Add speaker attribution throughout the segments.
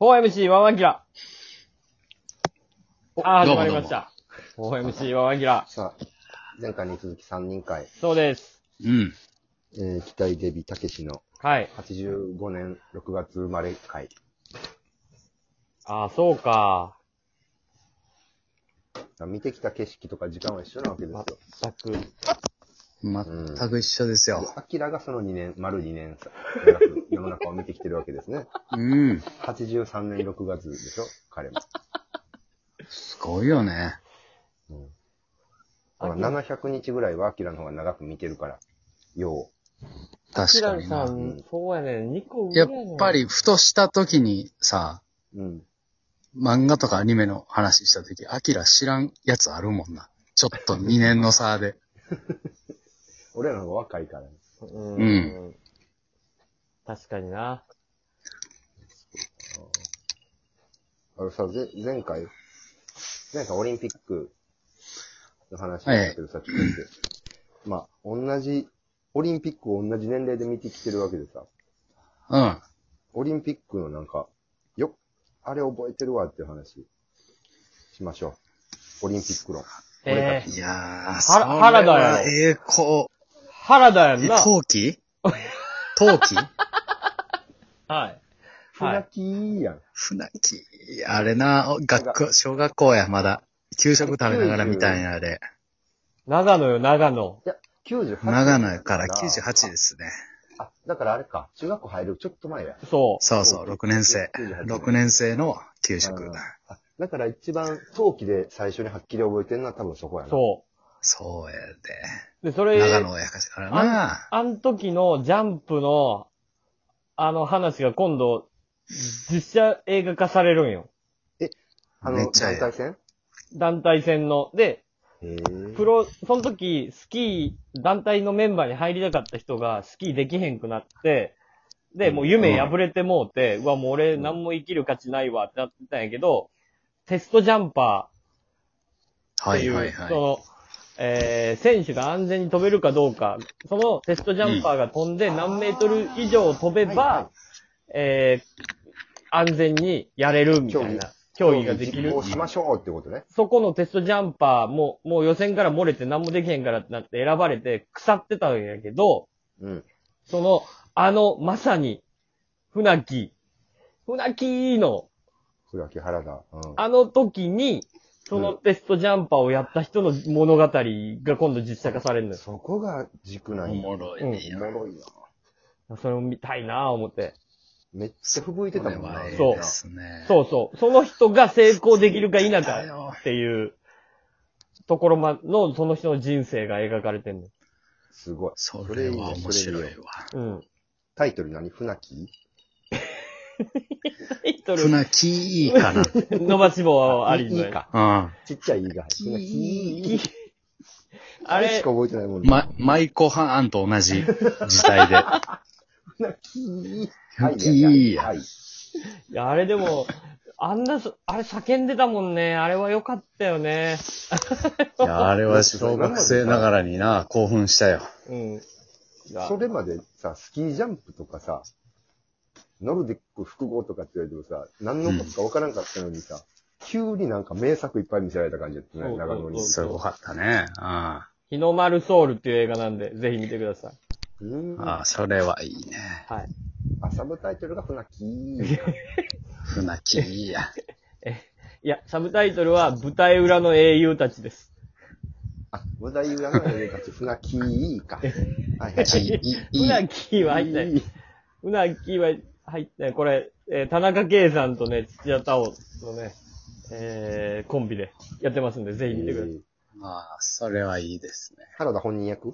Speaker 1: 4MC ワンワンキラー。あー、始
Speaker 2: どうも
Speaker 1: まりました。4MC ワンワンキラー。
Speaker 3: さあ、前回に続き3人会、
Speaker 1: そうです。
Speaker 2: うん。
Speaker 3: えー、期待デビたけしの
Speaker 1: はい。
Speaker 3: 85年6月生まれ会。
Speaker 1: あー、そうか。
Speaker 3: 見てきた景色とか時間は一緒なわけですよ。
Speaker 1: 全く。
Speaker 2: 全く一緒ですよ。
Speaker 3: アキラがその2年、丸2年さ、長く世の中を見てきてるわけですね。
Speaker 2: うん。
Speaker 3: 83年6月でしょ、彼も。
Speaker 2: すごいよね。
Speaker 3: うん、ほら700日ぐらいはアキラの方が長く見てるから、よ
Speaker 2: 確
Speaker 1: ラ
Speaker 2: か
Speaker 1: ル
Speaker 2: に
Speaker 1: さ
Speaker 2: な。
Speaker 1: ん、そうやねん。2個上
Speaker 2: や
Speaker 1: や
Speaker 2: っ
Speaker 1: ねん。
Speaker 2: ぱ。り、ふとした時にさ、
Speaker 3: う。うん。
Speaker 2: 漫画とかアニメの話した時、アキラ知らんやつあるもんな。ちょっと2年の差で。
Speaker 3: 俺らの方が若いからね。
Speaker 1: うん。
Speaker 2: う
Speaker 1: 確かにな。
Speaker 3: あのさ、ぜ前回、前回オリンピックの話になってるさっきって、まあ、同じ、オリンピックを同じ年齢で見てきてるわけでさ、
Speaker 2: うん。
Speaker 3: オリンピックのなんか、よっ、あれ覚えてるわっていう話しましょう。オリンピック論。
Speaker 1: えー、
Speaker 2: いやー、
Speaker 1: は原田やろ
Speaker 2: それは栄光。
Speaker 1: 原田やん
Speaker 2: え
Speaker 1: な。
Speaker 2: 陶器陶器
Speaker 1: はい。は
Speaker 3: 船
Speaker 1: い。
Speaker 3: 木いいやん。
Speaker 2: 船木。あれな、学校、小学校や、まだ。給食食べながら見たんや、あれ。
Speaker 1: 長野よ、長野。
Speaker 3: 98
Speaker 2: 長野から98ですね。
Speaker 3: あ。あ、だからあれか。中学校入るちょっと前や。
Speaker 1: そ
Speaker 2: そうそう、6年生。
Speaker 3: 98
Speaker 2: 6年生の給食。
Speaker 3: あだから一番冬季で最初にはっきり覚えてるのは多分そこや
Speaker 1: う。
Speaker 3: な。
Speaker 1: そ
Speaker 2: そうや
Speaker 1: う。で、そ
Speaker 2: で。
Speaker 1: れ、
Speaker 2: 長野やからな。
Speaker 1: あん時のジャンプの、あの話が今度、実写映画化されるんよ。
Speaker 3: あ
Speaker 2: めっ
Speaker 3: の、
Speaker 2: ちゃえ
Speaker 3: 団
Speaker 2: え
Speaker 3: 体戦
Speaker 1: 団体戦の。で、
Speaker 3: へ
Speaker 1: プロ、その時、スキー、団体のメンバーに入りたかった人が、スキーできへんくなって、で、もう夢破れてもうて、うわ、もう俺、何も生きる価値ないわってなってたんやけど、テストジャンパーっ
Speaker 2: は
Speaker 1: てい、
Speaker 2: いうはいはい
Speaker 1: そ。の、えー、選手が安全に飛べるかどうか、そのテストジャンパーが飛んで何メートル以上飛べば、えー、安全にやれるみたいな競技ができる
Speaker 3: を。しましょうってことね。
Speaker 1: そこのテストジャンパーも、もう予選から漏れて何もできへんからってなって選ばれて腐ってたんやけど、
Speaker 3: うん。
Speaker 1: その、あの、まさに、船木、船木の、
Speaker 3: 倉木原田。うん。
Speaker 1: あの時に、そのテストジャンパーをやった人の物語が今度実写化されるのよ。
Speaker 3: そこが軸な
Speaker 2: お
Speaker 3: んや。
Speaker 2: もろいね。
Speaker 3: おもろいな。
Speaker 1: それを見たいなぁ思って。
Speaker 3: めっちゃ吹雪いて
Speaker 2: こ
Speaker 3: た
Speaker 2: れ
Speaker 3: もんな
Speaker 2: は。ええ
Speaker 1: そう
Speaker 2: ですね。う。
Speaker 1: そうそう。その人が成功できるか否
Speaker 2: だ
Speaker 1: か
Speaker 2: よ。
Speaker 1: っていうところまの、その人の人生が描かれてんの。
Speaker 3: すごい。
Speaker 2: それは面白いわ。
Speaker 1: うん。
Speaker 3: タイトル何船木
Speaker 1: タイトル、
Speaker 2: 船木いいかな。
Speaker 1: 伸ばし棒ありの
Speaker 3: い
Speaker 1: や
Speaker 3: い
Speaker 1: つ。
Speaker 3: か。
Speaker 2: うん。
Speaker 3: ちっちゃいいが入る。
Speaker 2: い
Speaker 3: い。
Speaker 1: あ
Speaker 3: あれし
Speaker 1: れ
Speaker 3: か、覚えてないもんね。
Speaker 2: ま、舞妓はんと同じ時代で。
Speaker 3: 船木
Speaker 2: 船木いいや
Speaker 3: はい。
Speaker 1: いやあれでも、あんなそ、あれ叫んでたもんね。あれは良かったよね。
Speaker 2: いや、あれは小学生ながらにな、興奮したよ。
Speaker 1: うん。いや
Speaker 3: それまでさ、スキージャンプとかさ、ノルディック複合とかって言われてもさ、何のことかわからんかったのにさ、急になんか名作いっぱい見せられた感じだった
Speaker 1: そうそ
Speaker 3: ね、
Speaker 1: う
Speaker 3: 長野に。
Speaker 2: すごかったね。うん。
Speaker 1: 日の丸ソウルっていう映画なんで、ぜひ見てください。
Speaker 3: うん
Speaker 2: ああ、それはいいね。
Speaker 1: はい。
Speaker 3: あ、サブタイトルが船木。
Speaker 2: 船木いいや。
Speaker 1: いや、サブタイトルは、舞台裏の英雄たちです。
Speaker 3: あ、無駄言わないでたち、船木いいか。はいはい
Speaker 2: 木いい。
Speaker 1: うなきは入ってない。
Speaker 3: い。
Speaker 1: うなきは入ってない。これ、えー田中圭さんとね、土屋太鳳のね、えー、コンビでやってますんで、ぜひ見てください。
Speaker 2: まあ、それはいいですね。
Speaker 3: 原田本人役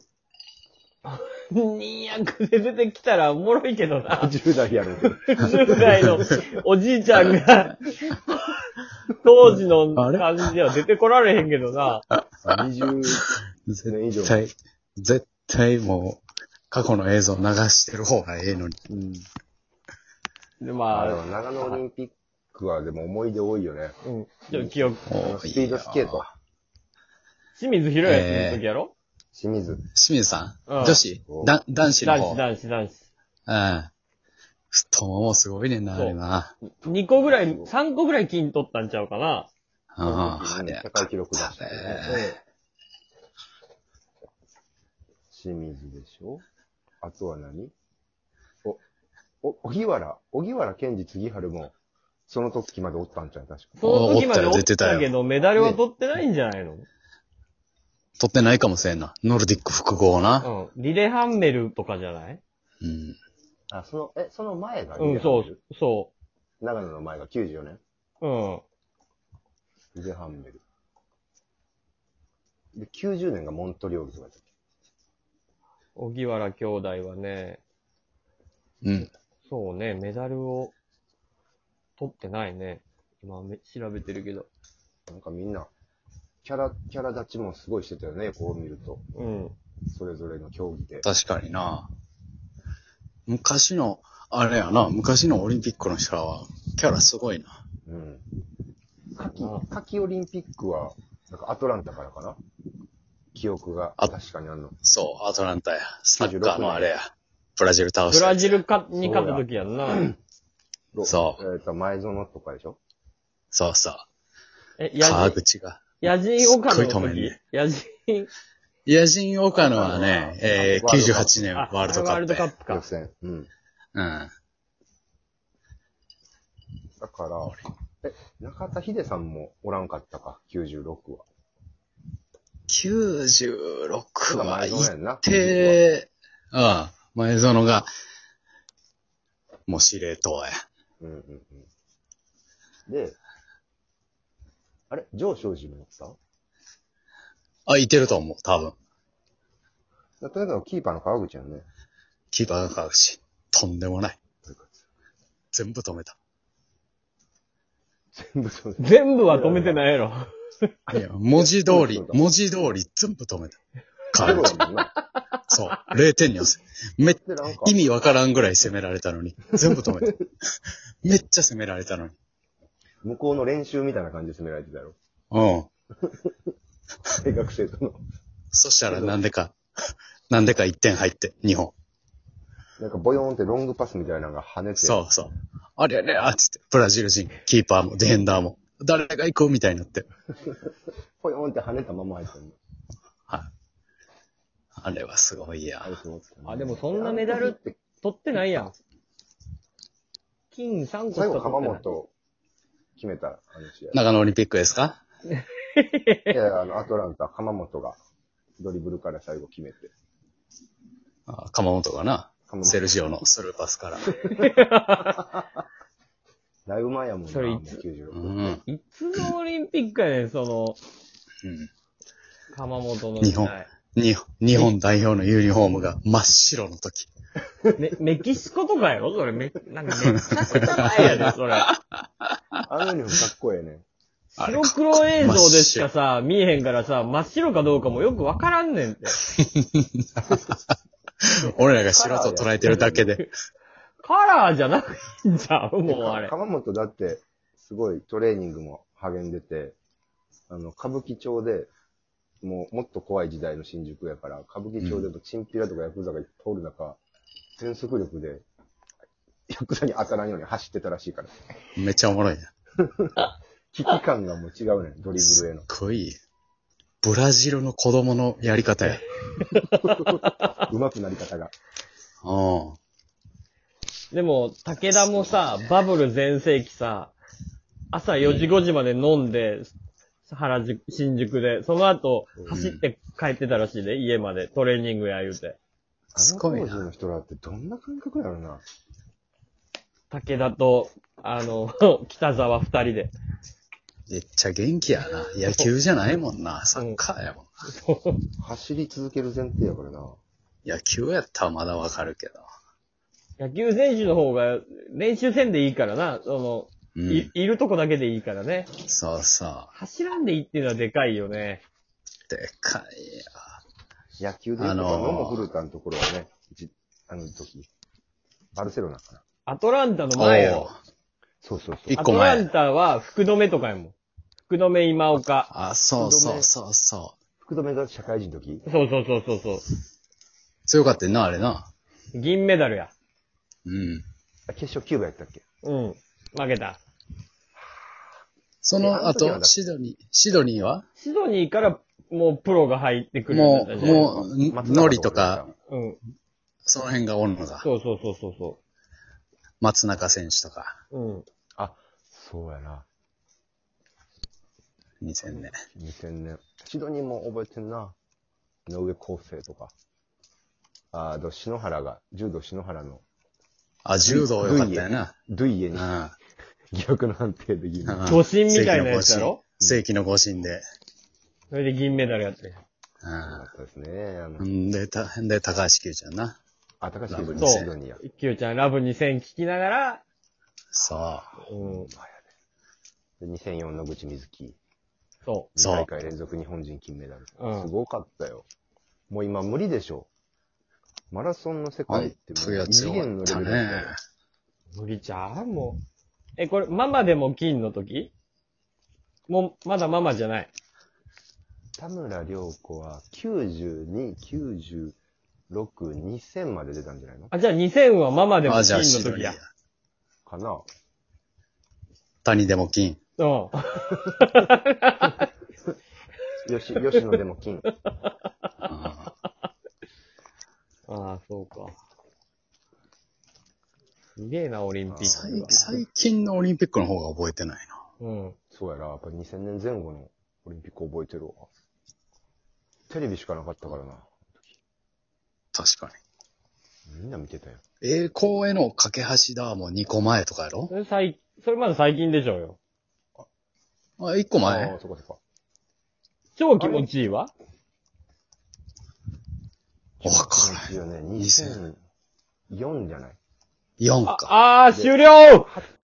Speaker 1: にーで出てきたらおもろいけどな。
Speaker 3: ?10 代やる。
Speaker 1: 10代のおじいちゃんが、当時の感じでは出てこられへんけどな。
Speaker 3: 20年以上
Speaker 2: 絶。対、絶対もう、過去の映像流してる方がええのに。
Speaker 3: うん
Speaker 1: で、
Speaker 3: あ
Speaker 1: ま
Speaker 3: の長野オリンピックはでも思い出多いよね。
Speaker 1: あ、うん。ちょっと記憶。
Speaker 2: お
Speaker 3: スピードスケート。。
Speaker 1: 清水博也やってる時やろ、
Speaker 3: 清水。
Speaker 2: 清水さん
Speaker 1: うん
Speaker 2: 女子
Speaker 3: お
Speaker 2: だ男子の
Speaker 1: 男子、
Speaker 2: 方。
Speaker 1: 男子、男子。
Speaker 2: うん。太ももすごいねんな、あれな。
Speaker 1: 2個ぐらい、3個ぐらい金取ったんちゃうかな。
Speaker 2: ああ、
Speaker 3: うん
Speaker 2: 早か
Speaker 3: 高い記録
Speaker 2: っ
Speaker 3: 出
Speaker 2: た
Speaker 3: してる
Speaker 2: ね。
Speaker 3: 清水でしょあとは何お、お、荻原、荻原健二次春も、その時までおったんちゃう確か。
Speaker 1: その時までお
Speaker 2: おった
Speaker 1: っ
Speaker 2: よ出てたよ
Speaker 1: たけど、メダルは取ってないんじゃないの、
Speaker 2: 取ってないかもしれんな。ノルディック複合な。
Speaker 1: うん。リレハンメルとかじゃない
Speaker 2: うん。
Speaker 3: あ、その、え、その前が
Speaker 1: うん、そう、そ
Speaker 3: 長野の前が94年。
Speaker 1: う。うん。
Speaker 3: リレハンメル。で、90年がモントリオールとかやったっ
Speaker 1: 荻原兄弟はね、
Speaker 2: うん。
Speaker 1: そうね、メダルを取ってないね。今め調べてるけど。
Speaker 3: けなんかみんな、キャラ、キャラ立ちもすごいしてたよね、こう見ると。
Speaker 1: うん。
Speaker 3: それぞれの競技で。
Speaker 2: 確かにな。昔の、あれやな、昔のオリンピックの人らは、キャラすごいな。
Speaker 3: うん。夏季
Speaker 1: うん、
Speaker 3: 夏季オリンピックは、なんかアトランタからかな記憶が
Speaker 2: あ
Speaker 3: 確かにあんの。
Speaker 2: そう、アトランタや。サッカーのあれや。ブラジル倒し
Speaker 1: ブ
Speaker 2: た
Speaker 1: ラ
Speaker 2: やつ。
Speaker 1: ジルかに勝った時やんな。
Speaker 3: ロ
Speaker 2: そ
Speaker 3: えっ、と、前園とかでしょ
Speaker 2: そうそう。
Speaker 1: え、
Speaker 2: 川
Speaker 1: やじ、
Speaker 2: 口が。
Speaker 1: やじん岡
Speaker 2: すっ
Speaker 1: 野
Speaker 2: ご
Speaker 1: の
Speaker 2: い止めん
Speaker 1: 時
Speaker 2: ね。
Speaker 1: やじん、
Speaker 2: 野人岡野はね、えー、
Speaker 3: ワールドカップ
Speaker 2: 98年ワールドカ
Speaker 1: あワール
Speaker 2: ップ
Speaker 1: ドカ
Speaker 2: や
Speaker 1: ッ。プ
Speaker 3: 予
Speaker 1: か。
Speaker 3: 選。うん。
Speaker 2: うん。
Speaker 3: だから、え、中田秀さんもおらんかったか、96は。
Speaker 2: 96は
Speaker 3: 前園
Speaker 2: 行
Speaker 3: やんな
Speaker 2: っ。て、うん。前園が、もう司令塔や。
Speaker 3: うんうんうん。で、あれ上昇寺もやった
Speaker 2: あ、いてると思う、多分。
Speaker 3: だとにかくキーパーの川口やんね。
Speaker 2: キーパーが川口。とんでもない。全部止めた。
Speaker 3: 全部そうです。
Speaker 1: 全部は止めてないやろ。
Speaker 2: いや、文字通り
Speaker 3: そう、だ
Speaker 2: 文字通り全部止めた。川口。
Speaker 3: そうだもんな。
Speaker 2: そう。0点に寄せ。めっ
Speaker 3: で、なんか、
Speaker 2: 意味わからんぐらい攻められたの に。全部止めた。めっちゃ攻められたのに。
Speaker 3: 向こうの練習みたいな感じで攻められてたやろ。
Speaker 2: うん。
Speaker 3: 大学生との。
Speaker 2: そしたらなんでか、 なんでか1点入って、2本。
Speaker 3: なんか、ボヨーンってロングパスみたいなのが跳ねて。
Speaker 2: そうそう。あれあれあっつって、ブラジル人、キーパーも、ディフェンダーも、誰が行こうみたいになって。
Speaker 3: ポヨーンって跳ねたまま入ったの。
Speaker 2: はい。あれはすごいや
Speaker 3: あ。れすごかったね
Speaker 1: あでもそんなメダル
Speaker 3: って。
Speaker 1: 取ってないやん。金3個しか
Speaker 3: 最後、
Speaker 1: 取
Speaker 3: 鎌
Speaker 1: ってない。
Speaker 3: 本決めた、あの試合。
Speaker 2: 長野オリンピックですか
Speaker 3: いや、あの、アトランタ、鎌本がドリブルから最後決めて。
Speaker 2: あ鎌本がな
Speaker 3: 鎌、本
Speaker 2: セルジオのスルーパス から。
Speaker 3: だいぶ前やもんな、
Speaker 1: それ
Speaker 3: もう
Speaker 1: いつ
Speaker 3: 96
Speaker 2: うん。うん。
Speaker 1: いつのオリンピックやねん、その、鎌本の時代。
Speaker 2: に日本代表のユニフォームが真っ白の時。
Speaker 1: メメキシコとかやろそれ、め、なん かめちゃくちゃ前やで、それ。
Speaker 3: あのユニフォームかっこええね。
Speaker 2: あれ
Speaker 1: 白黒映像でしかさ、見えへんからさ、真っ白かどうかもよくわからんねんって。
Speaker 2: 俺らが白と捉えてるだけ で。
Speaker 1: カラーじゃなくていいんじゃん、もうあれ。
Speaker 3: 鎌本だって、すごいトレーニングも励んでて、あの、歌舞伎町で、もう、もっと怖い時代の新宿やから、歌舞伎町でもチンピラとかヤクザがいっぱいおる中、全速力で、ヤクザに当たらんように走ってたらしいから。
Speaker 2: めっちゃおもろいな。
Speaker 3: 危機感がもう違うねん、ドリブルへの。
Speaker 2: かっこいい。ブラジルの子供のやり方や。
Speaker 3: 上手くなり方が。
Speaker 2: うん。
Speaker 1: でも、武田もさ、バブル全盛期さ、朝4時5時まで飲んで、原宿、新宿で、その後、走って帰ってたらしいで、家まで、トレーニングや言うて。
Speaker 3: あの
Speaker 2: すごいな
Speaker 3: 当時の人らってどんな感覚やろな。
Speaker 1: 武田と、あの、 北沢二人で。
Speaker 2: めっちゃ元気やな。野球じゃないもんな。サッカーやもん。
Speaker 3: 走り続ける前提やからな。
Speaker 2: 野球やったらまだわかるけど。
Speaker 1: 野球選手の方が、練習せんでいいからな、その、
Speaker 2: う
Speaker 1: い
Speaker 2: ん。
Speaker 1: いるとこだけでいいからね。
Speaker 2: そうそ
Speaker 1: 走らんでいいっていうのはでかいよね。
Speaker 2: う。でかいや。
Speaker 3: 野球で言うと、
Speaker 2: あのー
Speaker 3: ノモフルタのところはね、じあの時、バルセロナかな。
Speaker 1: アトランタの前や
Speaker 2: お
Speaker 1: ろ
Speaker 2: う。
Speaker 3: そうそうそう
Speaker 2: 一。
Speaker 1: ア
Speaker 2: 個
Speaker 1: ト
Speaker 2: 前
Speaker 1: ランタは福留とかやもん。福留今岡。
Speaker 2: あ、そうそうそうそ。
Speaker 3: 福留が社会人の時
Speaker 1: そうそうそうそうそう
Speaker 2: 強かったよな、あれな。
Speaker 1: う。銀メダルや。
Speaker 2: うん。
Speaker 3: あ決勝キューバやったっけ
Speaker 1: うん。負けた。
Speaker 2: その後、シドニー、シドニーは
Speaker 1: シドニーからもうプロが入ってくるよ
Speaker 2: も
Speaker 1: う
Speaker 2: う、
Speaker 1: になっ
Speaker 2: もう、
Speaker 3: 松
Speaker 2: ノ
Speaker 3: 永
Speaker 2: リとか、。
Speaker 1: たじゃんうん。
Speaker 2: その辺がおるのが、
Speaker 1: そうそうそうそうそ
Speaker 2: 松中選手とか、
Speaker 1: う。うん。
Speaker 3: あ、そうやな。
Speaker 2: 2000年。
Speaker 3: 2000年。シドニーも覚えてんな。井上康生とか。ああと、篠原が、柔道篠原の、
Speaker 2: あ、柔道良かったよな。
Speaker 3: ドゥイエ
Speaker 2: う
Speaker 3: に
Speaker 2: ん。
Speaker 3: 疑惑の判定で銀メダル。
Speaker 1: 巨神みたいなやつやろ
Speaker 2: 世紀の更新で。
Speaker 1: それで銀メダルやって。
Speaker 3: よかったですね。あ
Speaker 2: う
Speaker 3: の、
Speaker 2: ん。で、た、で、高橋久ちゃんな。
Speaker 3: あ、高橋君
Speaker 1: そう
Speaker 3: シドニーや。
Speaker 1: キューちゃんラブ2000聞きながら、
Speaker 2: そう。
Speaker 1: うん。
Speaker 3: で2004野口みずき。
Speaker 1: そ
Speaker 3: 2
Speaker 2: そう
Speaker 3: 大会連続日本人金メダル。
Speaker 1: うん
Speaker 3: すごかったよ。もう今無理でしょ。マラソンの世界っ
Speaker 2: 本
Speaker 3: て
Speaker 2: 当
Speaker 3: もう
Speaker 2: や
Speaker 3: 異次
Speaker 2: 強
Speaker 3: 元
Speaker 2: かっ
Speaker 3: のレ
Speaker 2: た
Speaker 3: ベル
Speaker 2: ね
Speaker 3: だったよ。。
Speaker 1: う。無理ちゃうもう。え、これ、ママでも金の時もう、まだママじゃない。
Speaker 3: 田村良子は92、96、2000まで出たんじゃないの
Speaker 1: あ、じゃあ2000はママでも
Speaker 2: あ、じ
Speaker 1: 金
Speaker 2: ゃあ、シ
Speaker 1: の
Speaker 2: ド
Speaker 1: 時
Speaker 2: ニー
Speaker 1: や
Speaker 2: や。。
Speaker 3: かな
Speaker 2: 谷でも金。
Speaker 1: うん。
Speaker 3: よ し、吉野でも金。
Speaker 2: うん
Speaker 1: ああ、そうか。すげえな、オリンピ
Speaker 2: 最
Speaker 1: ックは。
Speaker 2: 最近のオリンピックの方が覚えてないな。
Speaker 1: うん。
Speaker 3: そうやな。やっぱ2000年前後のオリンピック覚えてるわ。テレビしかなかったからな。
Speaker 2: 確か
Speaker 3: みんな見てたよ。
Speaker 2: に。栄光への架け橋だも2個前とかやろ
Speaker 1: それ最、それまだ最近でしょうよ。
Speaker 2: あ、1個
Speaker 3: あ
Speaker 2: 前
Speaker 3: あ、そこそこ。
Speaker 1: 超気持ちいいわ。
Speaker 2: わからへん。
Speaker 3: いいよね。2004じゃない
Speaker 2: 4
Speaker 1: あ
Speaker 2: か。
Speaker 1: あー、終了